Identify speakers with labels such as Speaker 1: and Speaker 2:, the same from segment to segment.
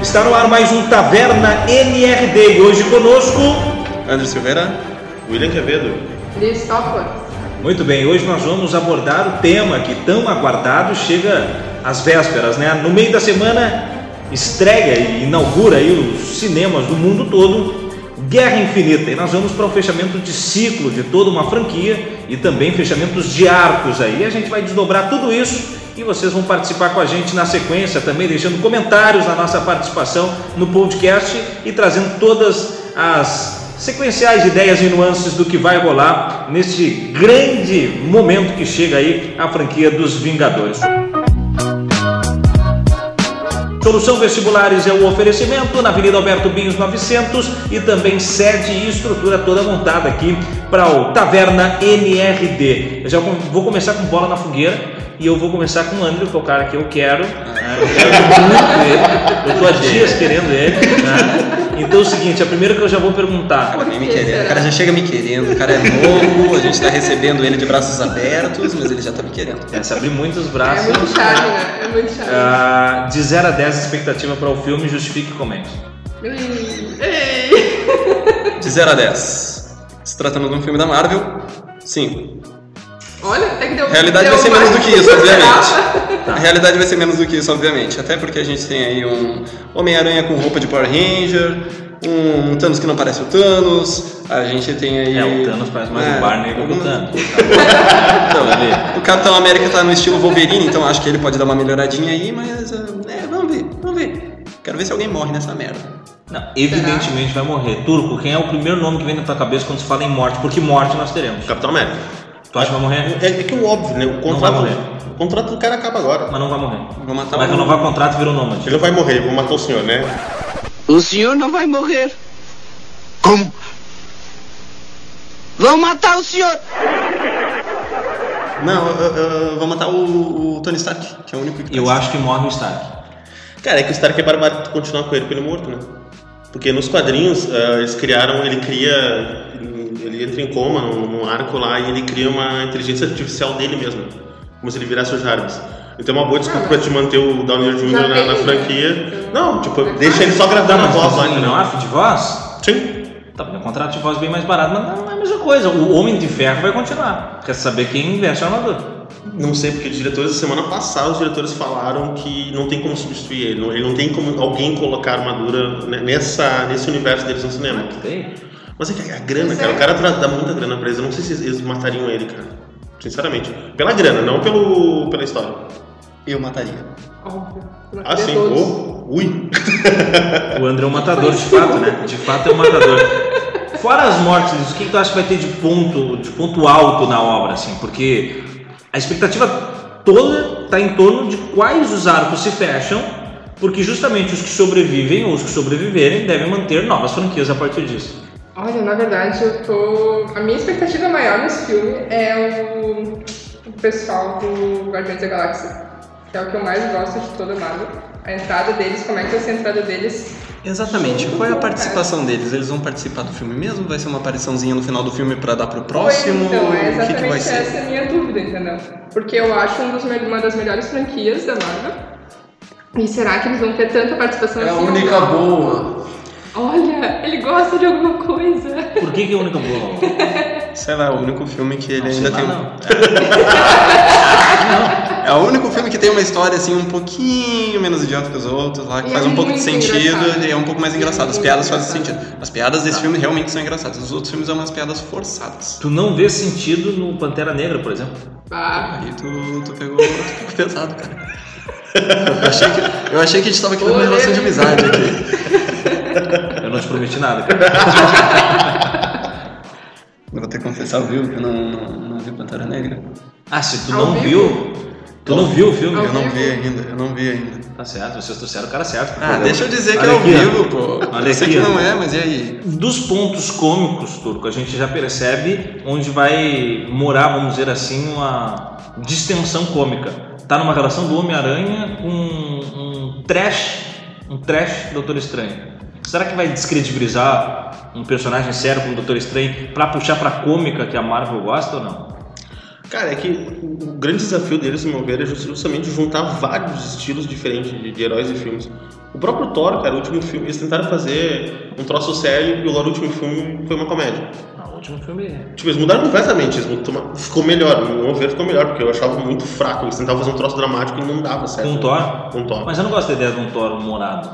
Speaker 1: Está no ar mais um Taverna NRD e hoje conosco.
Speaker 2: André Silveira, William Quevedo.
Speaker 3: Christopher.
Speaker 1: Muito bem, hoje nós vamos abordar o tema que tão aguardado chega às vésperas, né? No meio da semana estreia e inaugura aí os cinemas do mundo todo Guerra Infinita e nós vamos para o fechamento de ciclo de toda uma franquia e também fechamentos de arcos aí. A gente vai desdobrar tudo isso e vocês vão participar com a gente na sequência também, deixando comentários na nossa participação no podcast e trazendo todas as sequenciais ideias e nuances do que vai rolar neste grande momento que chega aí a franquia dos Vingadores. Solução Vestibulares é o oferecimento na Avenida Alberto Binhos 900 e também sede e estrutura toda montada aqui para o Taverna NRD. Eu já com- vou começar com bola na fogueira e eu vou começar com o André, que é o cara que eu quero. né? Eu
Speaker 2: Ah,
Speaker 1: quero muito ele. Eu tô há dias querendo ele. né? Então é o seguinte, a primeira que eu já vou perguntar.
Speaker 2: Cara, nem me querendo. O cara já chega me querendo, o cara é novo, a gente tá recebendo ele de braços abertos, mas ele já tá me querendo.
Speaker 1: Essa abre muitos
Speaker 3: É
Speaker 2: Assim,
Speaker 1: braços.
Speaker 3: muito charme, né? É muito charme.
Speaker 1: Ah, de 0 a 10 expectativa para o filme, justifique e comente.
Speaker 2: É.
Speaker 3: Ui, ei.
Speaker 2: De 0 a 10. Se tratando de um filme da Marvel, 5.
Speaker 3: Olha, até que deu
Speaker 2: A realidade
Speaker 3: deu
Speaker 2: vai ser menos do
Speaker 3: mais
Speaker 2: que isso,
Speaker 3: eu
Speaker 2: obviamente.
Speaker 1: Tá.
Speaker 2: A realidade vai ser menos do que isso, obviamente. Até porque a gente tem aí um Homem-Aranha com roupa de Power Ranger, um Thanos que não parece o Thanos, a gente tem aí.
Speaker 1: É, o Thanos parece mais
Speaker 2: É,
Speaker 1: um Barney do que o
Speaker 2: alguma-
Speaker 1: Thanos.
Speaker 2: Não, O Capitão América tá no estilo Wolverine, então acho que ele pode dar uma melhoradinha aí, mas eh, é, vamos ver, vamos ver. Quero ver se alguém morre nessa merda.
Speaker 1: Não, evidentemente vai morrer. Turco, quem é o primeiro nome que vem na tua cabeça quando se fala em morte? Porque morte nós teremos.
Speaker 4: Capitão América.
Speaker 1: Tu acha que vai morrer?
Speaker 4: É, é que o óbvio, né? O
Speaker 1: vai
Speaker 4: contrato,
Speaker 1: morrer.
Speaker 4: o contrato do cara acaba agora.
Speaker 1: Mas não vai morrer.
Speaker 2: Vou matar
Speaker 1: vai
Speaker 2: um.
Speaker 1: renovar o contrato e virou nômade.
Speaker 4: Ele não vai morrer, vou matar o senhor, né?
Speaker 5: O senhor não vai morrer. Como? Vão matar o senhor!
Speaker 2: Não, eu- eu- eu vou matar o, o Tony Stark, que é o único que
Speaker 1: Eu
Speaker 2: parece.
Speaker 1: acho que morre o Stark.
Speaker 4: Cara, é que o Stark é barbário tu continuar com ele com ele morto, né? Porque nos quadrinhos, ah, eles criaram, ele cria. Ele entra em coma num, num arco lá e ele cria uma inteligência artificial dele mesmo. Como se ele virasse o Jarvis. Então é uma boa desculpa pra te manter o Downey Jr.
Speaker 3: Já
Speaker 4: na,
Speaker 3: tem,
Speaker 4: na
Speaker 3: né?
Speaker 4: franquia. Não, tipo, deixa ele só gravar na
Speaker 1: mas
Speaker 4: voz lá,
Speaker 1: não,
Speaker 2: né?
Speaker 4: entendeu?
Speaker 1: não é de voz?
Speaker 4: Sim.
Speaker 1: Tá, porque o contrato de voz é bem mais barato, mas não é a mesma coisa. O Homem de Ferro vai continuar. Quer saber quem investe a armadura.
Speaker 4: Não sei, porque os diretores, semana passada, os diretores falaram que não tem como substituir ele. não- Ele não tem como alguém colocar armadura né, nessa, nesse universo deles no cinema.
Speaker 1: Tem?
Speaker 4: Mas é que a grana, cara, o cara dá- dá muita grana pra eles. Eu não sei se eles matariam ele, cara. Sinceramente. Pela grana, não pelo, pela história.
Speaker 2: Eu mataria.
Speaker 3: Óbvio. Pra
Speaker 4: Ah,
Speaker 2: Assim,
Speaker 4: sim.
Speaker 3: todos.
Speaker 4: Oh, ui.
Speaker 1: O André é um matador, de fato, né? De fato é um matador. Fora as mortes, o que que tu acha que vai ter de ponto, de ponto alto na obra, assim? Porque a expectativa toda está em torno de quais os arcos se fecham, porque justamente os que sobrevivem ou os que sobreviverem devem manter novas franquias a partir disso.
Speaker 3: Olha, na verdade, eu tô. A minha expectativa maior nesse filme é o, o pessoal do Guardiões da Galáxia, que é o que eu mais gosto de toda a Marvel. A entrada deles, como é que vai ser a entrada deles?
Speaker 2: Exatamente. Qual é a participação deles? Eles vão participar do filme mesmo? Vai ser uma apariçãozinha no final do filme pra dar pro próximo?
Speaker 3: Foi, então, é
Speaker 2: o que,
Speaker 3: exatamente
Speaker 2: que vai ser?
Speaker 3: essa a minha dúvida, entendeu? Porque eu acho um dos me- uma das melhores franquias da Marvel. E será que eles vão ter tanta participação
Speaker 2: É a
Speaker 3: assim?
Speaker 2: única boa.
Speaker 3: Olha, ele gosta de alguma coisa.
Speaker 1: Por que, que é a única boa?
Speaker 2: Sei lá, é o único filme que ele
Speaker 1: Não, sei
Speaker 2: ainda
Speaker 1: lá,
Speaker 2: tem. um-
Speaker 1: não.
Speaker 2: É o único filme que tem uma história assim um pouquinho menos idiota que os outros lá, que
Speaker 3: E
Speaker 2: faz
Speaker 3: é
Speaker 2: um pouco de
Speaker 3: muito
Speaker 2: sentido
Speaker 3: engraçado.
Speaker 2: e é um pouco mais
Speaker 3: É
Speaker 2: engraçado. As
Speaker 3: muito
Speaker 2: piadas fazem
Speaker 3: engraçado.
Speaker 2: sentido. As piadas desse filme realmente são engraçadas. Os outros filmes são umas piadas forçadas.
Speaker 1: Tu não vê sentido no Pantera Negra, por exemplo?
Speaker 3: Ah,
Speaker 2: Aí tu, tu pegou tu ficou pesado, cara. Eu achei, que, eu achei que a gente tava criando uma
Speaker 3: Olê.
Speaker 2: relação de amizade aqui.
Speaker 1: Eu não te prometi nada, cara.
Speaker 2: Eu vou ter que confessar, viu? Que eu não, não, não vi Pantera Negra.
Speaker 1: Ah, se tu
Speaker 3: Ao
Speaker 1: não
Speaker 3: vivo.
Speaker 1: viu, tu não viu o filme?
Speaker 3: Ao
Speaker 2: Eu não vi
Speaker 3: vivo.
Speaker 2: ainda, eu não vi ainda.
Speaker 1: Tá certo, vocês trouxeram o cara certo. pro
Speaker 2: Ah,
Speaker 1: programa.
Speaker 2: deixa eu dizer que é
Speaker 1: Olha
Speaker 2: ao
Speaker 1: aqui, ó.
Speaker 2: vivo, pô.
Speaker 1: Olha
Speaker 2: Eu sei
Speaker 1: aqui,
Speaker 2: que
Speaker 1: ó.
Speaker 2: não é, mas e aí?
Speaker 1: Dos pontos cômicos, Turco, a gente já percebe onde vai morar, vamos dizer assim, uma distensão cômica. Tá numa relação do Homem-Aranha com um trash, um trash Doutor Estranho. Será que vai descredibilizar um personagem sério como Doutor Estranho pra puxar pra cômica que a Marvel gosta ou não?
Speaker 4: Cara, é que o o grande desafio deles, no meu ver, é justamente juntar vários estilos diferentes de, de heróis e filmes. O próprio Thor, cara, o último filme, eles tentaram fazer um troço sério e o último filme foi uma comédia.
Speaker 1: Ah, o último filme é.
Speaker 4: Tipo, eles mudaram completamente, eles mudaram- ficou melhor, no meu ver ficou melhor, porque eu achava muito fraco, eles tentavam fazer um troço dramático e não dava certo.
Speaker 1: Com o Thor?
Speaker 4: Com o Thor.
Speaker 1: Mas eu não gosto da ideia de um Thor humorado.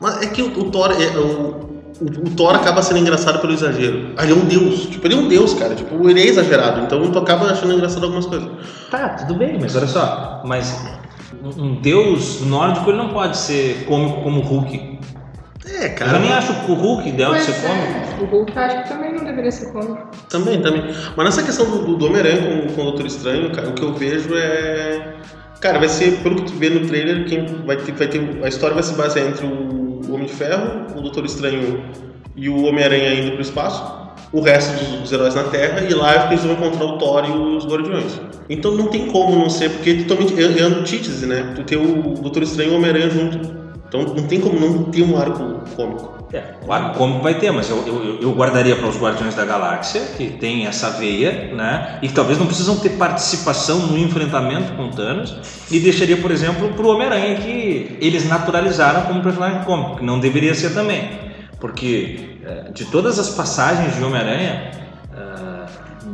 Speaker 4: Mas é que o, o Thor é- o, o- o Thor acaba sendo engraçado pelo exagero. Ele é um deus. Tipo, ele é um deus, cara. Tipo, ele é exagerado. Então tu acaba achando engraçado algumas coisas.
Speaker 1: Tá, tudo bem, mas olha só. Mas um um deus nórdico ele não pode ser cômico como o Hulk.
Speaker 4: É,
Speaker 1: Eu
Speaker 4: cara.
Speaker 1: também acho que o Hulk ideal de
Speaker 3: Pois
Speaker 1: ser cômico.
Speaker 3: é, O Hulk eu acho que também não deveria ser cômico.
Speaker 4: Também, também. Mas nessa questão do, do, do Homem-Aranha com, com o Doutor Estranho, cara, o que eu vejo é. Cara, vai ser, pelo que tu vê no trailer, quem vai ter, vai ter, a história vai se basear entre o Homem de Ferro, o Doutor Estranho e o Homem-Aranha indo pro espaço, o resto dos, dos heróis na Terra, e lá é que eles vão encontrar o Thor e os Guardiões. Então não tem como não ser, porque é totalmente é, é antítese, né? Tu ter o Doutor Estranho e o Homem-Aranha junto. Então não tem como não ter um arco cômico.
Speaker 1: É, o arco cômico vai ter, mas eu, eu, eu guardaria para os Guardiões da Galáxia, que tem essa veia, né? E que talvez não precisam ter participação no enfrentamento com o Thanos. E deixaria, por exemplo, para o Homem-Aranha, que eles naturalizaram como personagem cômico, que não deveria ser também. Porque eh, de todas as passagens de Homem-Aranha, ah,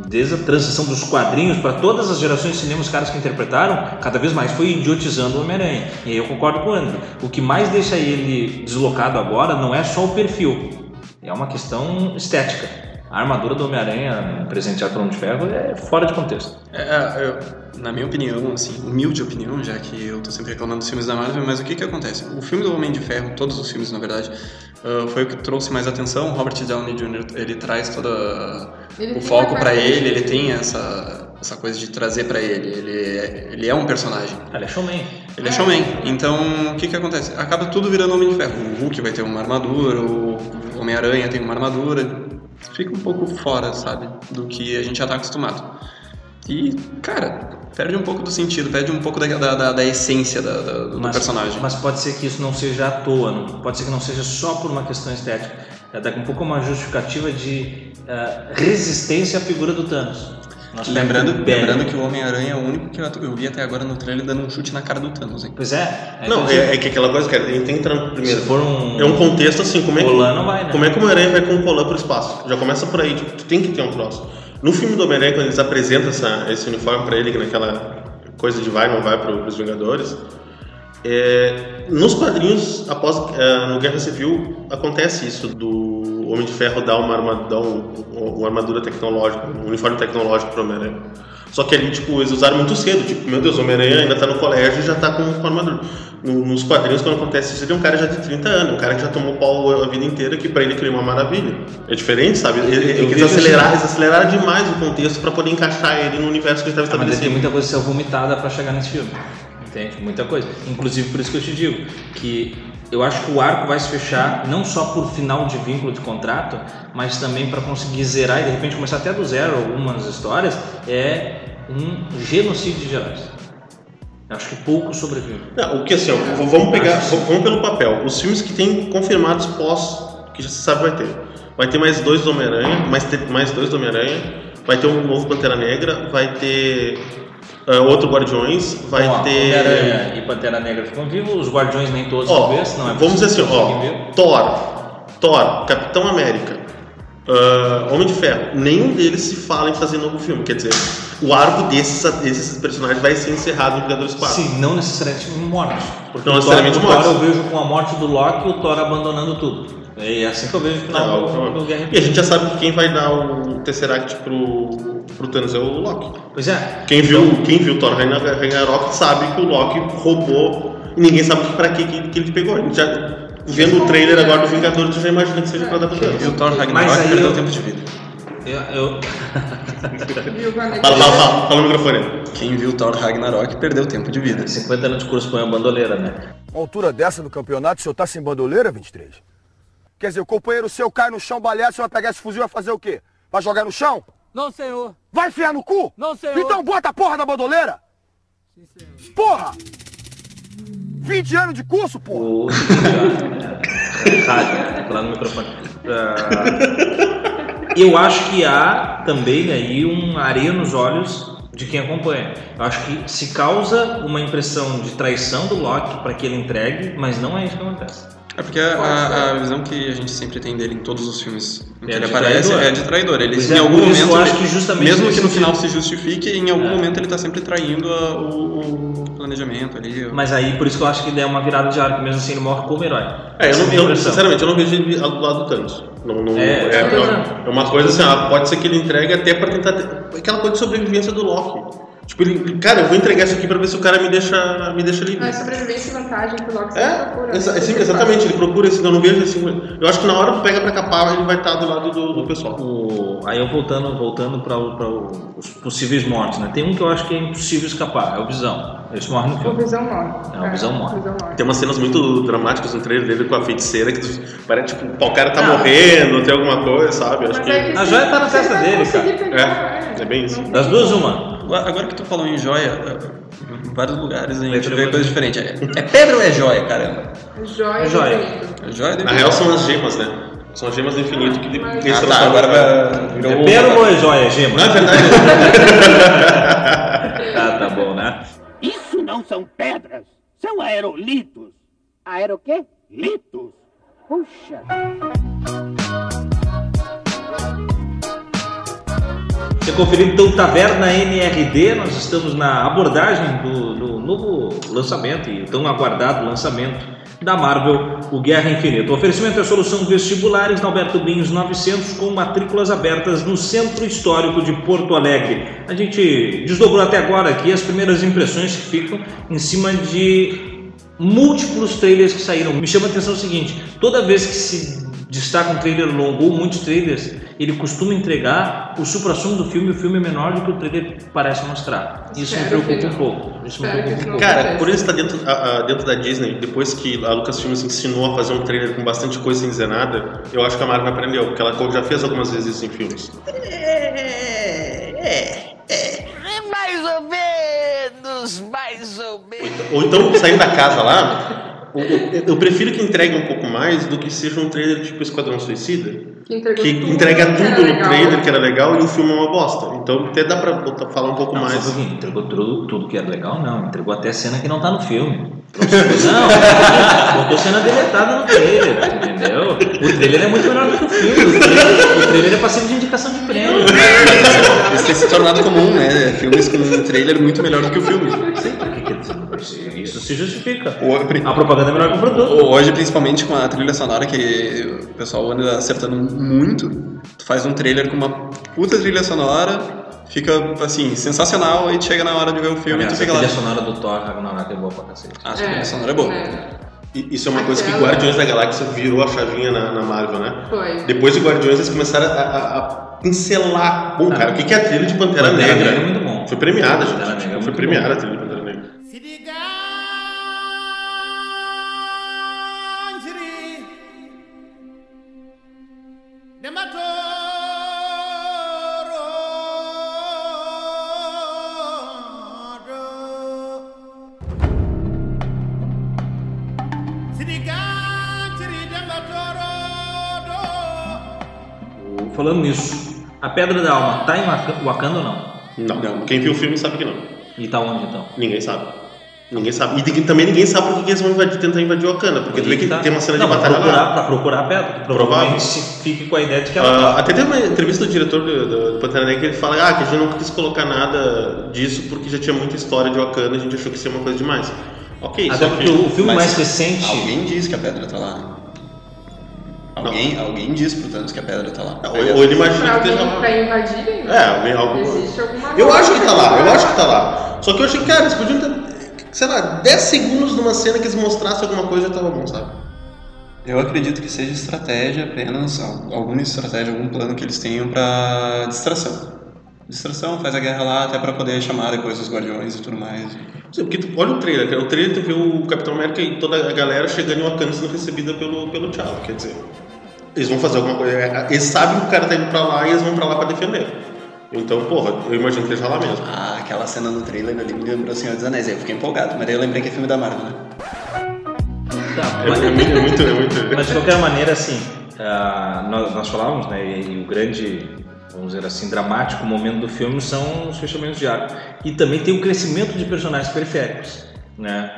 Speaker 1: desde a transição dos quadrinhos para todas as gerações de cinema, os caras que interpretaram, cada vez mais foi idiotizando o Homem-Aranha. E aí eu concordo com o André. O que mais deixa ele deslocado agora não é só o perfil, é uma questão estética. A armadura do Homem-Aranha um presenteada pelo Homem de Ferro é fora de contexto.
Speaker 2: É, é, eu- na minha opinião, assim, humilde opinião, já que eu tô sempre reclamando dos filmes da Marvel, mas o que que acontece? O filme do Homem de Ferro, todos os filmes, na verdade, ah, foi o que trouxe mais atenção. Robert Downey Jr., ele traz toda
Speaker 3: Ele
Speaker 2: o
Speaker 3: tem
Speaker 2: foco
Speaker 3: uma
Speaker 2: pra
Speaker 3: cara-
Speaker 2: ele, ele tem essa, essa coisa de trazer pra ele. Ele é, ele é um personagem.
Speaker 1: Ela é showman.
Speaker 2: Ele é showman. Então, o que que acontece? Acaba tudo virando Homem de Ferro. O Hulk vai ter uma armadura, o Homem-Aranha tem uma armadura. Fica um pouco fora, sabe, do que a gente já tá acostumado. E, cara, perde um pouco do sentido, perde um pouco da, da, da- da essência da- da- do personagem.
Speaker 1: Mas pode ser que isso não seja à toa, não- pode ser que não seja só por uma questão estética. É daqui a pouco uma justificativa de ah, resistência à figura do Thanos. Nosso
Speaker 2: Lembrando,
Speaker 1: Bad.
Speaker 2: lembrando que o Homem-Aranha é o único que eu at- eu vi até agora no trailer dando um chute na cara do Thanos, hein?
Speaker 1: Pois é. é
Speaker 4: Não,
Speaker 1: que eu
Speaker 4: é, é que aquela coisa, cara, ele tem que entrar
Speaker 1: digo, se
Speaker 4: primeiro.
Speaker 1: for um.
Speaker 4: É um contexto assim, como é que.
Speaker 1: Colan não vai, né?
Speaker 4: Como é que o Homem-Aranha vai com o Colan pro espaço? Já começa por aí, tipo, tu tem que ter um troço. No filme do Homem-Aranha, quando eles apresentam essa, esse uniforme pra ele, que naquela coisa de vai, não vai pro, pros Vingadores, é, nos quadrinhos, após é, no Guerra Civil, acontece isso do Homem de Ferro dar uma, arma- dar um- uma armadura tecnológica, um uniforme tecnológico pro Homem-Aranha. Só que ali, tipo, eles usaram muito cedo. Tipo, meu Deus, o Homem-Aranha ainda tá no colégio e já tá com com armadura. No- Nos quadrinhos, quando acontece isso, ele é um cara já de 30 anos, um cara que já tomou pau a vida inteira, que pra ele aquilo é uma maravilha. É diferente, sabe? Ele- ele-
Speaker 1: Eu
Speaker 4: Eles
Speaker 1: vejo
Speaker 4: aceleraram,
Speaker 1: assim-
Speaker 4: eles aceleraram demais o contexto pra poder encaixar ele no universo que ele estava
Speaker 1: Ah, mas tem
Speaker 4: estabelecido.
Speaker 1: muita coisa a ser vomitada para chegar nesse filme. Entende? Muita coisa. Inclusive por isso que eu te digo que eu acho que o arco vai se fechar não só por final de vínculo de contrato, mas também para conseguir zerar e de repente começar até do zero algumas histórias, é um genocídio de heróis. Eu acho que pouco sobrevive.
Speaker 4: Não, o que assim, ó, v- vamos pegar, v- vamos pelo papel. Os filmes que tem confirmados pós, que já se sabe vai ter. Vai ter mais dois do Homem-Aranha, mais, te- mais dois do Homem-Aranha, vai ter um novo Pantera Negra, vai ter ah, outro Guardiões, vai
Speaker 1: Ó,
Speaker 4: ter.
Speaker 1: Homem-Aranha e Pantera Negra ficam vivos, os Guardiões nem todos
Speaker 4: Ó,
Speaker 1: talvez, não é
Speaker 4: vamos dizer assim,
Speaker 1: possível que
Speaker 4: ó,
Speaker 1: ninguém viu.
Speaker 4: Thor, Thor, Capitão América, ah, Homem de Ferro, nenhum deles se fala em fazer novo filme. Quer dizer, o arco desses, desses personagens vai ser encerrado em Vingadores 4.
Speaker 1: Sim, não necessariamente um morte. Porque
Speaker 4: Não
Speaker 1: o Thor,
Speaker 4: necessariamente
Speaker 1: o Thor
Speaker 4: morte.
Speaker 1: eu vejo com a morte do Loki o Thor abandonando tudo. É assim que eu vejo o final
Speaker 4: Não,
Speaker 1: do,
Speaker 4: é não.
Speaker 1: do Guerra
Speaker 4: E a gente já sabe que quem vai dar o Tesseract pro, pro Thanos é o Loki.
Speaker 1: Pois é.
Speaker 4: Quem viu, quem viu Thor Ragnar- Ragnarok sabe que o Loki roubou e ninguém sabe pra que, que, que ele pegou. A gente já, vendo o trailer agora do Vingadores, já imagina que seja pra dar pro
Speaker 2: E o
Speaker 4: Thanos.
Speaker 2: Thor
Speaker 1: Mas aí
Speaker 2: Ragnarok perdeu
Speaker 1: eu-
Speaker 2: tempo de vida.
Speaker 1: Eu, eu-
Speaker 3: Viúva Negra.
Speaker 4: Fala, fala, fala, fala no microfone.
Speaker 2: Quem viu o Thor Ragnarok perdeu tempo de vida.
Speaker 1: 50 anos de curso põe a bandoleira, né?
Speaker 6: Uma altura dessa no campeonato, o senhor tá sem bandoleira, 23? Quer dizer, o companheiro seu cai no chão baleado, o senhor vai pegar esse fuzil e vai fazer o quê? Vai jogar no chão?
Speaker 7: Não, senhor.
Speaker 6: Vai enfiar no cu?
Speaker 7: Não, senhor.
Speaker 6: Então bota a porra da bandoleira! Porra! 20 anos de curso, porra!
Speaker 1: O seguinte, ó, rádio, né? Falar no microfone. Ah, eu acho que há também aí uma areia um nos olhos de quem acompanha. Eu acho que se causa uma impressão de traição do Loki para que ele entregue, mas não é isso que acontece.
Speaker 2: É porque a, a- a visão que a gente sempre tem dele em todos os filmes em que
Speaker 1: É
Speaker 2: ele
Speaker 1: de
Speaker 2: aparece
Speaker 1: traidor.
Speaker 2: é de traidor. Ele,
Speaker 1: Pois
Speaker 2: em
Speaker 1: é,
Speaker 2: algum
Speaker 1: por isso
Speaker 2: momento,
Speaker 1: eu acho
Speaker 2: ele-
Speaker 1: que justamente
Speaker 2: mesmo que
Speaker 1: nesse
Speaker 2: no final se
Speaker 1: sentido.
Speaker 2: justifique, em algum
Speaker 1: É.
Speaker 2: momento ele tá sempre traindo a- o, o planejamento ali.
Speaker 1: Mas aí, por isso que eu acho que é uma virada de arco, mesmo assim ele morre como herói.
Speaker 4: É, eu,
Speaker 1: Essa é
Speaker 4: não,
Speaker 1: a minha
Speaker 4: eu,
Speaker 1: impressão.
Speaker 4: sinceramente, eu não vejo ele do lado do Thanos. Não, não-
Speaker 1: É,
Speaker 4: é,
Speaker 1: também
Speaker 4: é-
Speaker 1: não.
Speaker 4: é uma coisa assim, ah, pode ser que ele entregue até pra tentar. ter- Aquela coisa de sobrevivência do Loki. Tipo, ele, cara, eu vou entregar isso aqui pra ver se o cara me deixa, me deixa livre.
Speaker 3: Ah, é sobrevivência e vantagem que o Loki sempre procura.
Speaker 4: É, exa-
Speaker 3: né?
Speaker 4: sim,
Speaker 3: Sempre
Speaker 4: exatamente,
Speaker 3: faz.
Speaker 4: ele procura esse, eu não vejo assim. Eu acho que na hora que pega pra capar, ele vai estar do lado do, do pessoal.
Speaker 1: O- aí eu voltando, voltando para os possíveis mortos, né? Tem um que eu acho que é impossível escapar, é o Visão. Esse morre no
Speaker 3: O
Speaker 1: filme.
Speaker 3: Visão morre.
Speaker 1: É, o Visão morre.
Speaker 4: Tem umas cenas muito dramáticas no trailer dele com a feiticeira, que tu- parece tipo, pá, o cara tá
Speaker 1: Ah.
Speaker 4: morrendo, tem alguma coisa, sabe? Eu Acho
Speaker 3: Mas
Speaker 4: que.
Speaker 3: é que
Speaker 1: A
Speaker 3: se-
Speaker 1: joia tá na
Speaker 3: se ele
Speaker 1: testa
Speaker 3: vai
Speaker 1: dele,
Speaker 3: conseguir pegar,
Speaker 4: É, é bem isso.
Speaker 3: Não
Speaker 1: Das duas, uma.
Speaker 2: Agora agora que tu falou em joia, é, em vários lugares a gente
Speaker 1: Letra
Speaker 2: vê
Speaker 1: do-
Speaker 2: coisa diferente. É, é pedra ou é joia, caramba?
Speaker 3: Joia,
Speaker 1: Joia.
Speaker 3: do infinito.
Speaker 2: É joia do
Speaker 4: Na real são as gemas, né? São as gemas do infinito que
Speaker 3: Ah,
Speaker 4: eles
Speaker 2: Ah, tá,
Speaker 4: transformam-
Speaker 2: agora vai- virou
Speaker 1: É pérola ou é joia, gema?
Speaker 4: Não, é verdade.
Speaker 1: Ah, tá bom, né?
Speaker 7: Isso não são pedras, são aerolitos. Aero quê? Litos. Puxa.
Speaker 1: Você conferiu então Taverna NRD, nós estamos na abordagem do, do novo lançamento e tão aguardado lançamento da Marvel, o Guerra Infinita. O oferecimento é solução vestibulares na Alberto Binhos 900 com matrículas abertas no Centro Histórico de Porto Alegre. A gente desdobrou até agora aqui as primeiras impressões que ficam em cima de múltiplos trailers que saíram. Me chama a atenção o seguinte, toda vez que se destaca um trailer longo ou muitos trailers, ele costuma entregar o supra-sumo do filme, o filme é menor do que o trailer parece mostrar. Isso
Speaker 3: Espero
Speaker 1: me preocupa
Speaker 3: que
Speaker 1: um
Speaker 3: não.
Speaker 1: pouco. Isso me
Speaker 3: Espero
Speaker 1: preocupa
Speaker 3: que
Speaker 1: um
Speaker 3: não.
Speaker 1: pouco.
Speaker 4: Cara, por isso tá dentro, a- a- dentro da Disney, depois que a Lucasfilm se ensinou a fazer um trailer com bastante coisa sem dizer nada, eu acho que a Marvel aprendeu, porque ela já fez algumas vezes isso em filmes.
Speaker 5: É, Mais ou menos, mais ou menos.
Speaker 4: Ou então, saindo da casa lá, o- o- eu, prefiro que entregue um pouco mais do que seja um trailer tipo Esquadrão Suicida,
Speaker 3: Que, entregou
Speaker 4: que
Speaker 3: tudo
Speaker 4: entrega
Speaker 3: que era
Speaker 4: tudo no
Speaker 3: legal.
Speaker 4: trailer que era legal e o filme é uma bosta. Então até dá pra botar- falar um pouco
Speaker 1: Não, só um
Speaker 4: mais.
Speaker 1: pouquinho. entregou tudo, tudo que era legal, não. Entregou até cena que não tá no filme. Não, botou cena deletada no trailer, entendeu? O trailer é muito melhor do que o filme. O trailer, o trailer é pra ser de indicação de prêmio.
Speaker 2: Isso tem se tornado comum, né? Filmes com um trailer muito melhor do que o filme.
Speaker 1: Isso se justifica.
Speaker 2: O- pri-
Speaker 1: A propaganda é melhor que o produto.
Speaker 2: Hoje, principalmente com a trilha sonora, que o pessoal anda acertando muito, tu faz um trailer com uma puta trilha sonora, fica, assim, sensacional, e chega na hora de ver o filme e
Speaker 1: Aliás,
Speaker 2: tu
Speaker 1: a
Speaker 2: fica lá...
Speaker 1: trilha sonora do Thor Ragnarok é boa pra cacete.
Speaker 2: Ah, a
Speaker 3: É,
Speaker 2: trilha sonora é boa.
Speaker 3: né?
Speaker 4: E- Isso é uma coisa que
Speaker 3: Aquela-
Speaker 4: Guardiões da Galáxia virou a chavinha na, na Marvel, né?
Speaker 3: Foi.
Speaker 4: Depois de Guardiões, eles começaram a, a- a pincelar. Bom, cara, o que que é a trilha de Pantera,
Speaker 1: Pantera
Speaker 4: Negra?
Speaker 1: Negra é muito bom.
Speaker 4: Foi premiada,
Speaker 1: Pantera
Speaker 4: gente.
Speaker 1: Negra é muito
Speaker 4: Foi
Speaker 1: bom.
Speaker 4: premiada a trilha de Pantera Negra.
Speaker 1: Falando nisso, a Pedra da Alma tá em Waka- Wakanda ou não?
Speaker 4: Não.
Speaker 2: Não.
Speaker 4: Quem viu o filme sabe que não.
Speaker 1: E tá onde então?
Speaker 4: Ninguém sabe. Ninguém sabe. E de- também ninguém sabe por que que eles vão invadir- tentar invadir Wakanda, porque tu vê que
Speaker 1: Tá-
Speaker 4: tem uma cena
Speaker 1: Não,
Speaker 4: de
Speaker 1: pra
Speaker 4: batalha
Speaker 1: procurar,
Speaker 4: lá.
Speaker 1: Pra procurar a pedra. Provavelmente se fique com a ideia de que ela
Speaker 4: Ah, até tem uma entrevista do diretor do, do, do Pantera Negra que ele fala ah, que a gente não quis colocar nada disso porque já tinha muita história de Wakanda, a gente achou que isso ia uma coisa demais. Ok,
Speaker 1: Até
Speaker 4: só
Speaker 1: porque
Speaker 4: que...
Speaker 1: o filme
Speaker 2: Mas
Speaker 1: mais recente.
Speaker 2: Alguém diz que a pedra tá lá. Alguém, alguém diz pro Thanos que a pedra tá lá.
Speaker 4: Ou, ou ele imagina
Speaker 3: Pra
Speaker 4: que esteja
Speaker 3: alguém
Speaker 4: lá.
Speaker 3: pra invadirem?
Speaker 4: É, alguém, algum...
Speaker 3: Existe alguma
Speaker 4: Eu acho
Speaker 3: coisa
Speaker 4: que tá lá, eu acho que tá lá. Só que eu achei que, cara, eles podiam ter, sei lá, 10 segundos de uma cena que eles mostrassem alguma coisa já tava bom, sabe?
Speaker 2: Eu acredito que seja estratégia apenas, al- alguma estratégia, algum plano que eles tenham pra distração. Distração, faz a guerra lá até pra poder chamar depois os guardiões e tudo mais.
Speaker 4: Sim, porque tu, olha o trailer, cara. O trailer tu vê o Capitão América e toda a galera chegando em Wakanda sendo recebida pelo, pelo T'Challa, quer dizer. Eles vão fazer alguma coisa. é, Eles sabem que o cara tá indo pra lá e eles vão pra lá pra defender. Então, porra, eu imagino que esteja lá mesmo.
Speaker 2: Ah, aquela cena no trailer ali me lembrou o Senhor dos Anéis, aí eu fiquei empolgado, mas daí eu lembrei que é filme da Marvel, né?
Speaker 1: Tá,
Speaker 4: É,
Speaker 1: mas-
Speaker 4: é muito, é muito, é muito.
Speaker 1: Mas de qualquer maneira, assim, ah, nós, nós falávamos, né? E, e o grande vamos dizer assim, dramático momento do filme são os fechamentos de arco. E também tem o crescimento de personagens periféricos, né?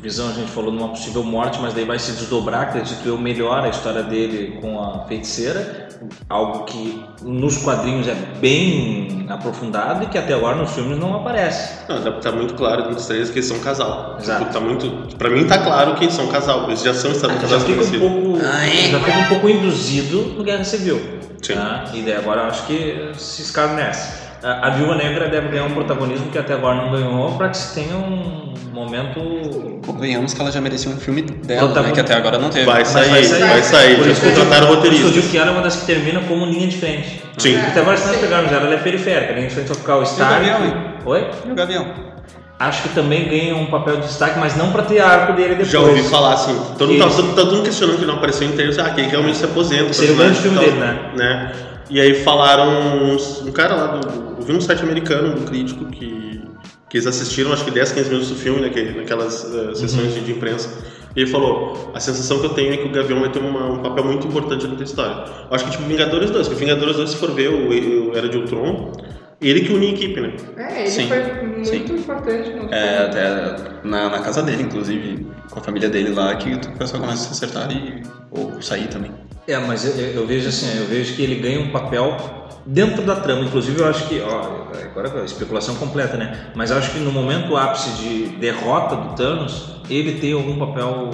Speaker 1: Visão, a gente falou numa possível morte, mas daí vai se desdobrar, acredito eu, melhor a história dele com a feiticeira, algo que nos quadrinhos é bem aprofundado e que até agora nos filmes não aparece.
Speaker 4: Não, tá, tá muito claro nos três que eles são um casal.
Speaker 1: Exato.
Speaker 4: Tipo, Tá muito, pra mim tá claro que eles são um casal. Eles já são estados
Speaker 1: já
Speaker 4: casados
Speaker 1: fica um
Speaker 4: conhecidos.
Speaker 1: pouco, já fica um pouco induzido no Guerra Civil.
Speaker 4: Sim.
Speaker 1: tá? E daí agora eu acho que se escarnece. A a Viúva Negra deve ganhar um protagonismo que até agora não ganhou, para que se tenha um momento.
Speaker 2: Convenhamos que ela já merecia um filme dela,
Speaker 1: Então tá
Speaker 2: né,
Speaker 1: bom.
Speaker 2: que até agora não teve.
Speaker 1: vai
Speaker 4: Vai sair, vai
Speaker 1: sair.
Speaker 4: sair.
Speaker 1: Por
Speaker 4: Já
Speaker 1: isso que eu digo- por
Speaker 4: contrataram
Speaker 1: isso que eu
Speaker 4: roteirista.
Speaker 1: digo que ela é uma das que termina como linha de frente.
Speaker 4: Sim.
Speaker 1: Até agora se não pegaram ela, ela é periférica, linha de frente vai ficar o Stark.
Speaker 2: Gavião, hein?
Speaker 1: Oi?
Speaker 2: E o Gavião?
Speaker 1: Acho que também ganha um papel de destaque, mas não para ter arco dele depois.
Speaker 4: Já ouvi falar assim, todo mundo, tá,
Speaker 1: Isso.
Speaker 4: todo, todo mundo questionando que não apareceu inteiro, ah, que ele realmente se aposenta.
Speaker 1: Seria o grande filme
Speaker 4: personagem
Speaker 1: dele,
Speaker 4: e tal, né? E aí falaram, uns- um cara lá, do, eu vi um site americano, um crítico, que, que eles assistiram acho que 10, 15 minutos do filme, naque- naquelas
Speaker 1: Uhum.
Speaker 4: eh, sessões de, de imprensa, e ele falou, a sensação que eu tenho é que o Gavião vai ter uma- um papel muito importante dentro da história. Eu Acho que tipo Vingadores 2, porque Vingadores 2, se for ver, o, o Era de Ultron, ele que une a equipe, né?
Speaker 3: É, ele
Speaker 2: Sim,
Speaker 3: foi muito
Speaker 2: sim.
Speaker 3: importante no
Speaker 2: É,
Speaker 3: filme.
Speaker 2: até na, na casa dele, inclusive, com a família dele lá, que o pessoal começa a se acertar e ou sair também.
Speaker 1: É, mas eu, eu- eu vejo assim, eu vejo que ele ganha um papel dentro da trama. Inclusive, eu acho que, ó, agora é especulação completa, né? Mas eu acho que no momento ápice de derrota do Thanos, ele tem algum papel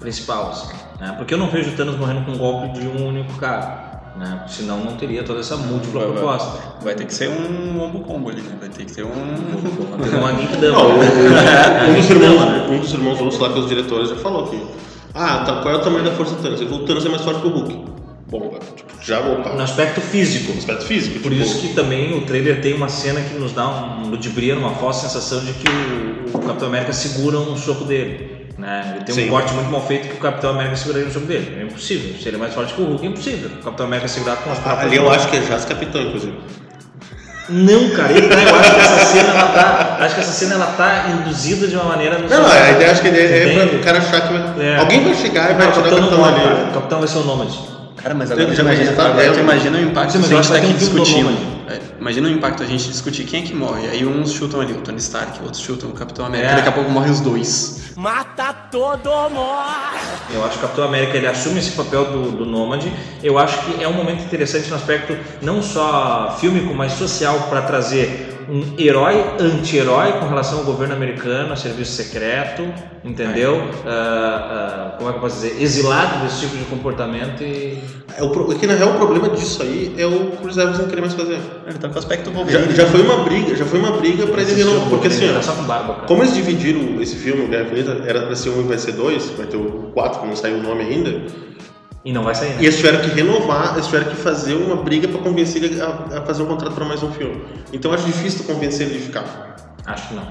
Speaker 1: principal, assim, né? Porque eu não vejo o Thanos morrendo com um golpe de um único cara, né? Senão não teria toda essa múltipla
Speaker 2: Vai, vai.
Speaker 1: proposta.
Speaker 2: Vai ter que ser um ombo combo ali, né? Vai ter que ser um.
Speaker 1: Tem uma Geekdama, né?
Speaker 4: Não, um,
Speaker 1: A
Speaker 4: dos
Speaker 1: Geekdama,
Speaker 4: irmãos,
Speaker 1: né?
Speaker 4: um dos irmãos russos lá, que é os diretores, já falou que. Ah, tá, qual é o tamanho da força do Thanos? Ele falou, o Thanos é mais forte que o Hulk. Bom, tipo, já opa.
Speaker 1: No aspecto físico.
Speaker 4: Aspecto físico.
Speaker 1: Por
Speaker 4: tipo,
Speaker 1: isso que também o trailer tem uma cena que nos dá um ludibria, uma falsa sensação de que o, o Capitão América segura um soco dele. Né? Ele tem um
Speaker 4: Sim.
Speaker 1: corte muito mal feito que o Capitão América seguraria um soco dele. É impossível. Se ele é mais forte que o Hulk, é impossível. O Capitão América segurar com as próprias
Speaker 4: Ali eu
Speaker 1: mãos.
Speaker 4: acho que é já capitão, inclusive.
Speaker 1: Não, cara, eu, eu acho que essa cena ela tá. Acho que essa cena ela tá induzida de uma maneira.
Speaker 4: Não, não, a ideia acho que é, é
Speaker 1: Entende?
Speaker 4: pra o cara achar que vai-
Speaker 1: É.
Speaker 4: alguém vai chegar e vai
Speaker 1: Não,
Speaker 4: tirar o
Speaker 1: Capitão não
Speaker 4: capitão
Speaker 1: morre,
Speaker 4: ali.
Speaker 1: cara. O Capitão vai ser o Nômade.
Speaker 2: Cara, mas
Speaker 4: Eu
Speaker 2: agora tu
Speaker 4: já
Speaker 2: imagina,
Speaker 4: imaginava,
Speaker 2: agora
Speaker 4: eu-
Speaker 2: tu imagina o impacto
Speaker 1: Sim, mas
Speaker 2: se a
Speaker 1: eu acho
Speaker 2: gente tá
Speaker 1: que
Speaker 2: aqui
Speaker 1: tem um filme
Speaker 2: discutindo.
Speaker 1: do
Speaker 2: É, Imagina o impacto a gente discutir quem é que morre. Aí uns chutam ali o Tony Stark, outros chutam o Capitão América,
Speaker 1: É.
Speaker 2: daqui a pouco morrem os dois.
Speaker 1: Eu acho que o Capitão América ele assume esse papel do, do Nômade. Eu acho que é um momento interessante no aspecto não só fílmico, mas social para trazer um herói anti-herói com relação ao governo americano, a serviço secreto, entendeu?
Speaker 4: É.
Speaker 1: Ah, ah, como é que eu posso dizer? Exilado desse tipo de comportamento e.
Speaker 4: É o pro- é que na real o problema disso aí é o Chris Evans não querer mais fazer.
Speaker 2: Ele tá com o aspecto
Speaker 4: Já,
Speaker 2: Wolverine.
Speaker 4: já foi uma briga, já foi uma briga pra ele não. Porque assim,
Speaker 1: Tá
Speaker 4: ó,
Speaker 1: só com barba, cara.
Speaker 4: Como eles dividiram esse filme, Guerra Infinita, era pra ser um e vai ser dois, vai ter o quatro que não saiu o nome ainda.
Speaker 1: E não vai sair, né?
Speaker 4: E eles tiveram que renovar, eles tiveram que fazer uma briga pra convencer ele a, a fazer um contrato pra mais um filme. Então acho difícil tu convencer ele de ficar.
Speaker 1: Acho que não.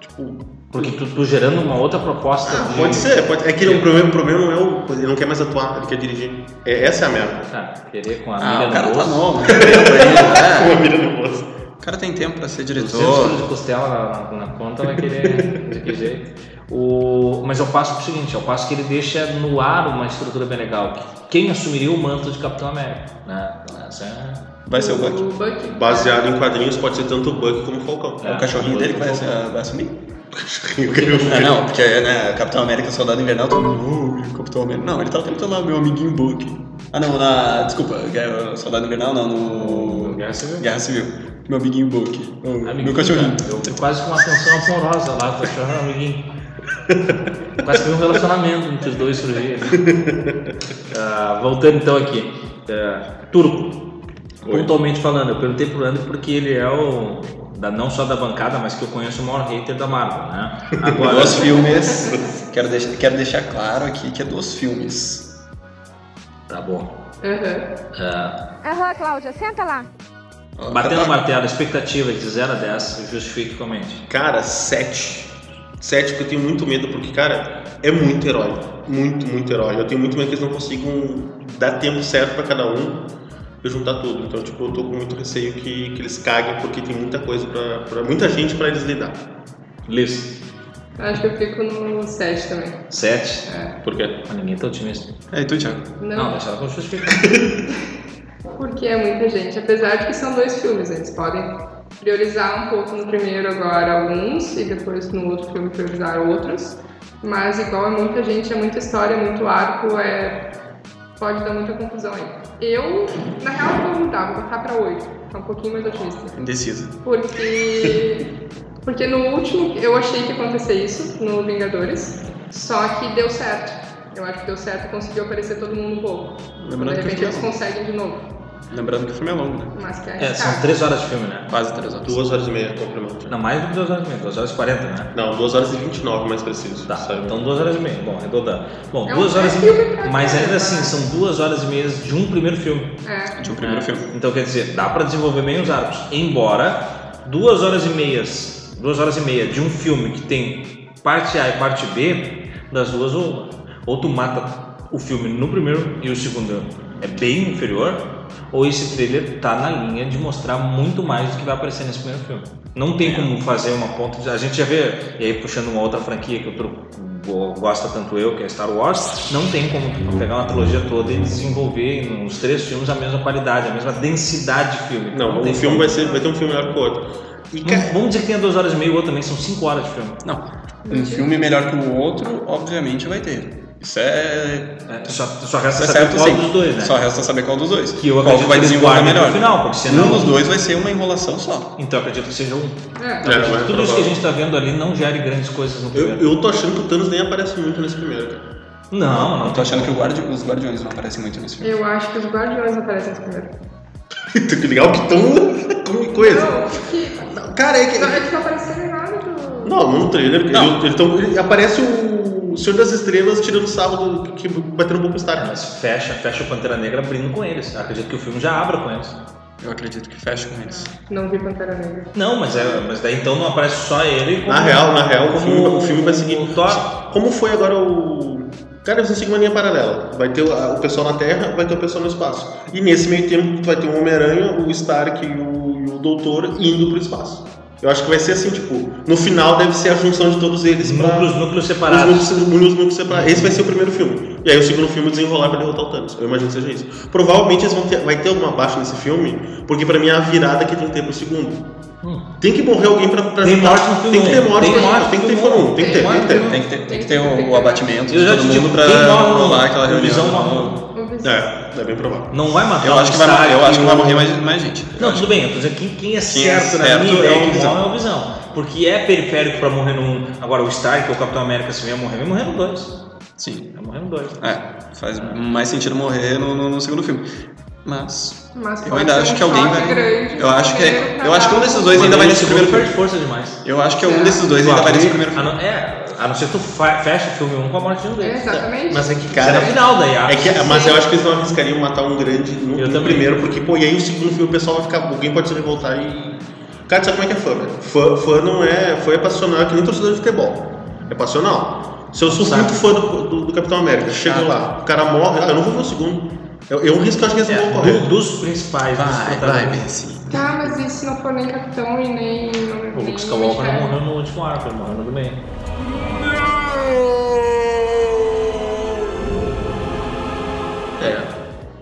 Speaker 4: Tipo,
Speaker 1: Porque tu, tu gerando uma outra proposta.
Speaker 4: ah,
Speaker 1: de-
Speaker 4: pode ser, pode, é que o problema, o problema não é o. Ele não quer mais atuar, ele quer dirigir. É, essa é a merda.
Speaker 1: Ah, querer com a
Speaker 2: Ah,
Speaker 1: milha
Speaker 2: o
Speaker 1: no
Speaker 2: cara tá
Speaker 1: bolso.
Speaker 2: novo, tem tempo ainda,
Speaker 4: Com
Speaker 2: é.
Speaker 4: a mira no rosto.
Speaker 2: O cara tem tempo pra ser
Speaker 1: Cento
Speaker 2: diretor.
Speaker 1: de costela na, na- na conta vai querer de que jeito. O, mas eu passo pro seguinte, eu passo que ele deixa no ar uma estrutura bem legal. que Quem assumiria o manto de Capitão América? Né? Então, Essa é...
Speaker 2: Vai ser o Buck.
Speaker 3: O Bucky.
Speaker 4: Baseado em quadrinhos, pode ser tanto o Buck como o Falcão.
Speaker 1: É.
Speaker 2: O cachorrinho dele que vai, vai assumir?
Speaker 4: Eu quero ver.
Speaker 2: Ah, não, porque né, Capitão América Soldado Invernal, todo mundo, "Oh, Capitão América. Não, ele tava tentando lá, meu amiguinho Buck. Ah, não, na. Desculpa, Guerra- Soldado Invernal não, no.
Speaker 1: Guerra Civil.
Speaker 2: Guerra Civil. Meu amiguinho Buck. Oh, Meu
Speaker 1: Amiguinho,
Speaker 2: cachorrinho.
Speaker 1: cara, eu fui quase com uma tensão amorosa lá, tô achando ah, amiguinho. Quase que um relacionamento entre os dois surgir. Ah, voltando então aqui. Ah, Turco.
Speaker 4: Oi.
Speaker 1: Pontualmente falando, eu perguntei pro Leandro porque ele é o. da- não só da bancada, mas que eu conheço o maior hater da Marvel, né? Agora,
Speaker 2: Dos filmes. quero, deixar, quero deixar claro aqui que é dos filmes.
Speaker 1: Tá bom.
Speaker 3: Aham.
Speaker 1: Ah,
Speaker 8: Aham, Cláudia, senta lá.
Speaker 2: Tá,
Speaker 1: batendo o martelo, expectativa de 0 a 10, justifique e comente.
Speaker 4: Cara, 7. 7 porque eu tenho muito medo, porque, cara, é muito herói. Muito, muito herói. Eu tenho muito medo que eles não consigam dar tempo certo pra cada um e juntar tudo. Então, tipo, eu tô com muito receio que, que eles caguem, porque tem muita coisa pra, pra muita gente pra eles lidar.
Speaker 1: Liz,
Speaker 3: Acho que eu fico no 7 também.
Speaker 1: 7.
Speaker 4: Por quê?
Speaker 1: É, Ninguém tá otimista.
Speaker 2: É, e tu, Thiago?
Speaker 1: Não,
Speaker 3: Não,
Speaker 1: deixa ela com justificar.
Speaker 3: Porque é muita gente. Apesar de que são dois filmes, eles podem priorizar um pouco no primeiro agora alguns e depois no outro filme priorizar outros. Mas igual é muita gente, é muita história, é muito arco, é pode dar muita confusão aí. Eu, na real, vou mudar, vou botar pra oito. Tá um pouquinho mais otimista.
Speaker 2: Indecisa.
Speaker 3: Porque. Porque no último eu achei que ia acontecer isso, no Vingadores, só que deu certo. Eu acho que deu certo, conseguiu aparecer todo mundo um pouco.
Speaker 2: Lembrando
Speaker 3: de
Speaker 2: que é um.
Speaker 3: repente
Speaker 2: eu
Speaker 3: eles
Speaker 2: fui-
Speaker 3: conseguem de novo.
Speaker 2: Lembrando que o filme é longo, né?
Speaker 3: Mas que é,
Speaker 1: É,
Speaker 3: arriscado.
Speaker 1: são três horas de filme, né?
Speaker 2: Quase três horas.
Speaker 4: Duas horas e meia, complemento.
Speaker 1: Não, mais do que duas horas e meia, duas horas e quarenta, né?
Speaker 4: Não, duas horas e vinte e nove, mais preciso.
Speaker 1: Tá,
Speaker 4: sabe?
Speaker 1: então duas horas e meia. Bom, arredondando. Bom,
Speaker 3: É um
Speaker 1: duas horas e
Speaker 3: filme pra
Speaker 1: meia. Mas
Speaker 3: caramba.
Speaker 1: ainda assim, são duas horas e meia de um primeiro filme.
Speaker 3: É.
Speaker 2: De um primeiro filme.
Speaker 1: Então quer dizer, dá pra desenvolver bem os arcos. Embora duas horas e meias, duas horas e meia de um filme que tem parte A e parte B, das duas ou ou tu mata o filme no primeiro e o segundo é bem inferior, ou esse trailer tá na linha de mostrar muito mais do que vai aparecer nesse primeiro filme. Não
Speaker 2: É.
Speaker 1: tem como fazer uma ponta. de- A gente já vê, e aí puxando uma outra franquia que eu tô go- gosta tanto eu, que é Star Wars, não tem como tu pegar uma trilogia toda e desenvolver nos três filmes a mesma qualidade, a mesma densidade de filme. Então
Speaker 4: Não, um
Speaker 1: tem
Speaker 4: filme
Speaker 1: como.
Speaker 4: vai, ser, vai ter um filme melhor que o outro. E, cara,
Speaker 1: Vamos- Vamos dizer que tem duas horas e meia, o outro também são cinco horas de filme.
Speaker 2: Não. Um filme melhor que o outro, obviamente, vai ter. Isso é.
Speaker 1: É, só, só resta
Speaker 2: Isso é
Speaker 1: saber
Speaker 2: certo,
Speaker 1: qual
Speaker 2: sim.
Speaker 1: dos dois, né?
Speaker 2: Só resta saber qual dos dois.
Speaker 1: Que eu
Speaker 2: qual
Speaker 1: acredito
Speaker 2: vai
Speaker 1: que eles
Speaker 2: desenvolver
Speaker 1: guardem pro
Speaker 2: melhor.
Speaker 1: final, porque senão-
Speaker 2: Um dos dois vai ser uma enrolação só.
Speaker 1: Então eu acredito que seja um.
Speaker 3: É.
Speaker 4: É, mas
Speaker 1: Tudo isso que a
Speaker 4: provável.
Speaker 1: gente tá vendo ali não gere grandes coisas no
Speaker 4: eu,
Speaker 1: primeiro.
Speaker 4: eu tô achando que o Thanos nem aparece muito nesse primeiro, cara.
Speaker 1: Não, não
Speaker 2: Eu tô achando que o guardi- os Guardiões não aparecem muito nesse filme.
Speaker 3: Eu acho que os Guardiões aparecem primeiro.
Speaker 4: que legal que tão com né? coisa.
Speaker 3: Não, que.
Speaker 4: Cara, é
Speaker 3: Não, é
Speaker 4: que.
Speaker 3: que não apareceram nada do.
Speaker 4: Não, no trailer.
Speaker 2: Não.
Speaker 4: Ele, ele, tão- ele aparece o Senhor das Estrelas tirando sarro do que que bateu no Bobo Stark.
Speaker 1: Mas fecha, fecha o Pantera Negra abrindo com eles. Acredito que o filme já abra com eles.
Speaker 2: Eu acredito que fecha com eles.
Speaker 3: Não vi Pantera Negra.
Speaker 1: Não, mas, é, mas daí então não aparece só ele. como-
Speaker 4: Na real, na real, o filme, o filme vai seguir.
Speaker 1: o Thor.
Speaker 4: Como foi agora o. Cara, eles vão seguir uma linha paralela. Vai ter o o pessoal na Terra, vai ter o pessoal no espaço. E nesse meio tempo vai ter o Homem-Aranha, o Stark e o, e o Doutor indo pro espaço. Eu acho que vai ser assim, tipo, no final deve ser a junção de todos eles pra.
Speaker 1: Núcleos, núcleos
Speaker 4: Os
Speaker 1: separados.
Speaker 4: núcleos, os núcleos separados. Esse vai ser o primeiro filme. E aí o segundo filme desenrolar pra derrotar o Thanos. Eu imagino que seja isso. Provavelmente eles vão ter, vai ter alguma baixa nesse filme, porque pra mim é a virada que tem que ter pro segundo.
Speaker 1: Hum.
Speaker 4: Tem que morrer alguém pra trazer
Speaker 1: Tem morte no
Speaker 4: Tem que ter
Speaker 1: filme. um.
Speaker 4: morte,
Speaker 1: Tem
Speaker 4: pra-
Speaker 1: morte
Speaker 4: tem que
Speaker 1: no
Speaker 4: ter
Speaker 1: filme. um.
Speaker 4: foram. Tem que ter, tem que ter.
Speaker 2: Tem que ter, tem que ter o, o abatimento de
Speaker 1: Eu já
Speaker 2: todo
Speaker 1: te digo,
Speaker 2: mundo pra
Speaker 1: quem morre
Speaker 2: rolar aquela
Speaker 1: no- no Visão
Speaker 2: reunião.
Speaker 1: morre.
Speaker 3: Vamos ver se-
Speaker 4: É, é bem provável.
Speaker 1: Não vai matar
Speaker 2: Eu
Speaker 1: o
Speaker 2: acho que vai,
Speaker 1: Stark
Speaker 2: morrer- eu acho que
Speaker 1: e
Speaker 2: vai
Speaker 1: o-
Speaker 2: morrer mais, mais gente. Eu
Speaker 1: Não,
Speaker 2: acho
Speaker 1: tudo bem, eu tô dizendo, quem, quem é
Speaker 2: Quem é
Speaker 1: certo, na
Speaker 2: certo
Speaker 1: minha
Speaker 2: é
Speaker 1: ideia
Speaker 2: o
Speaker 1: que
Speaker 2: Visão.
Speaker 1: morre é o Visão. Porque é periférico pra morrer no 1. Agora o Stark ou o Capitão América se vier morrer, vai morrer no 2.
Speaker 2: que- Sim.
Speaker 1: Vai morrer no 2.
Speaker 2: É, faz mais sentido morrer no, no- no segundo filme. Mas.
Speaker 3: Mas
Speaker 2: eu
Speaker 3: pode
Speaker 2: ainda
Speaker 3: ser
Speaker 2: acho
Speaker 3: um
Speaker 2: que alguém
Speaker 3: choque
Speaker 2: vai.
Speaker 3: grande
Speaker 2: eu
Speaker 3: no
Speaker 2: acho que.
Speaker 3: primeiro pra
Speaker 2: Eu acho que um
Speaker 3: dar
Speaker 2: desses
Speaker 3: um-
Speaker 2: dois ainda vai nesse
Speaker 1: Esse
Speaker 2: primeiro
Speaker 1: segundo perde
Speaker 2: filme.
Speaker 1: força demais.
Speaker 2: Eu acho que
Speaker 1: É,
Speaker 2: um desses dois ainda vai nesse primeiro
Speaker 1: a
Speaker 2: filme.
Speaker 1: não, é, a não ser tu fa- fecha o filme 1 com a morte de um
Speaker 3: É,
Speaker 1: deles.
Speaker 3: exatamente.
Speaker 4: Mas é que,
Speaker 1: Será
Speaker 4: cara.
Speaker 1: final daí, acho.
Speaker 4: É que, mas eu acho que eles não arriscariam matar um grande no,
Speaker 1: Eu
Speaker 4: no
Speaker 1: também.
Speaker 4: primeiro, porque, pô, e aí o segundo filme o pessoal vai ficar. Alguém pode se revoltar e. Cara, sabe como é que é fã, velho? Fã, fã não é. Fã é passional, é que nem torcedor de futebol. É passional. Se eu sou
Speaker 1: Sabe.
Speaker 4: muito fã do, do- do Capitão América, chego
Speaker 2: Ah, tá.
Speaker 4: lá, o cara morre, ah, eu não vou ver o segundo. É, é um risco que eu acho que eles
Speaker 1: É,
Speaker 4: não vão
Speaker 1: do-
Speaker 4: correr.
Speaker 1: dos principais, dos
Speaker 2: Vai, vai,
Speaker 1: protagonistas.
Speaker 2: Messi.
Speaker 3: Tá, mas e se não for nem Capitão e nem. é,
Speaker 1: O
Speaker 3: nem
Speaker 1: Luke Skywalker não
Speaker 3: Homem-Ferro?
Speaker 1: morreu no último arco, ele morreu no do meio.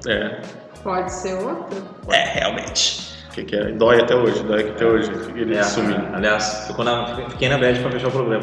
Speaker 4: É. É.
Speaker 3: Pode ser outro?
Speaker 2: É, realmente.
Speaker 4: Que, que é, dói até hoje, dói até hoje ele
Speaker 1: É,
Speaker 4: sumindo.
Speaker 1: Aliás, ficou na, fiquei na bad pra fechar o programa.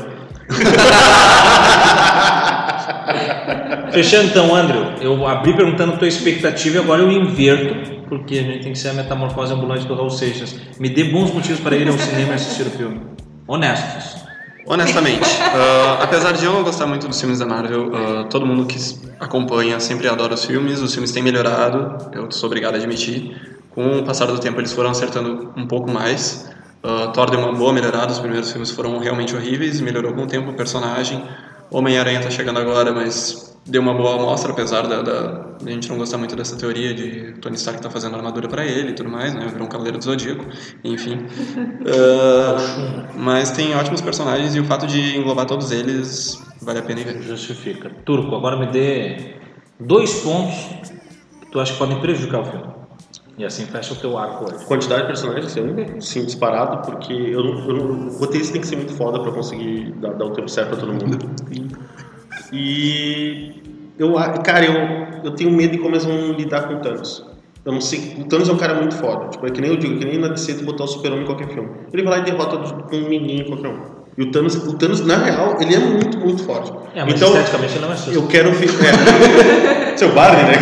Speaker 1: Fechando então, Andrew, eu abri perguntando a tua expectativa e agora eu inverto, porque a gente tem que ser a metamorfose ambulante do Raul Seixas. Me dê bons motivos para ir ao cinema e assistir o filme. Honestos.
Speaker 2: Honestamente, ah, apesar de eu não gostar muito dos filmes da Marvel, ah, todo mundo que s- acompanha sempre adora os filmes, os filmes têm melhorado, eu sou obrigado a admitir. Com o passar do tempo eles foram acertando um pouco mais. Ah, Thor deu uma boa melhorada, os primeiros filmes foram realmente horríveis, melhorou com o tempo o personagem. Homem-Aranha tá chegando agora, mas deu uma boa amostra, apesar da, da, da gente não gostar muito dessa teoria de Tony Stark tá fazendo armadura para ele e tudo mais, né? Virou um Cavaleiro do Zodíaco, enfim. Ah, mas tem ótimos personagens e o fato de englobar todos eles vale a pena ir ver.
Speaker 1: Justifica. Turco, agora me dê dois pontos que tu acha que podem prejudicar o filme. E assim fecha o teu arco hoje.
Speaker 4: Quantidade de personagens, assim, sim, disparado, porque eu não, eu não, o roteirista tem que ser muito foda pra conseguir dar, dar o tempo certo pra todo mundo. E eu, a- cara, eu, eu tenho medo de como eles vão lidar com o Thanos. Eu não sei, o Thanos é um cara muito foda. Tipo, é que nem eu digo, é que nem na DC tu botar o super-homem em qualquer filme. Ele vai lá e derrota do- um menino em qualquer um. E o Thanos, o Thanos, na real, ele é muito, muito forte.
Speaker 1: É, mas
Speaker 4: então,
Speaker 1: esteticamente ele não é susto.
Speaker 4: eu quero ver. é. Seu Barney, né?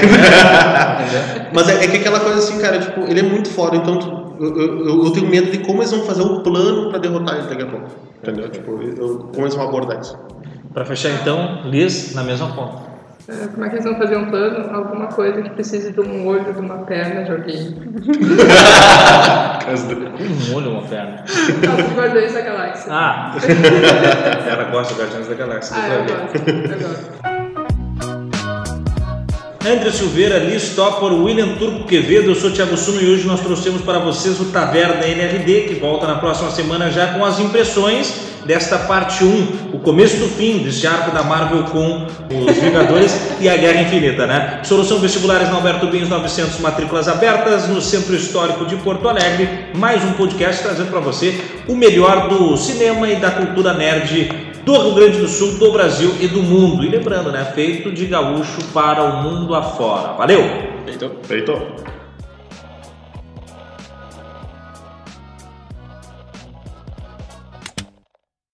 Speaker 4: Mas é, é que aquela coisa assim, cara, tipo, ele é muito foda, então tu- eu, eu- eu- eu tenho medo de como eles vão fazer o plano pra derrotar ele daqui a pouco. Entendeu? Tipo, eu- como eles vão abordar isso.
Speaker 1: Pra fechar então, Liz na mesma ponta.
Speaker 3: É, Como é que eles vão fazer um plano? Alguma coisa que precise de um olho, de uma perna de alguém.
Speaker 1: Um olho, uma perna.
Speaker 3: Não, de Guardiões da Galáxia.
Speaker 1: Ah! Ela gosta do Guardiões da Galáxia.
Speaker 3: Ah,
Speaker 1: deu
Speaker 3: eu
Speaker 1: pra ver.
Speaker 3: gosto, eu gosto.
Speaker 1: André Silveira, Liz Topor, William Turco Quevedo, eu sou Thiago Suno e hoje nós trouxemos para vocês o Taverna NRD, que volta na próxima semana já com as impressões desta parte 1, o começo do fim deste arco da Marvel com os Vingadores e a Guerra Infinita, né? Solução Vestibulares na Alberto Bins 900, matrículas abertas no Centro Histórico de Porto Alegre, mais um podcast trazendo para você o melhor do cinema e da cultura nerd do Rio Grande do Sul, do Brasil e do mundo. E lembrando, né? Feito de gaúcho para o mundo afora. Valeu!
Speaker 2: Então...
Speaker 4: Feito.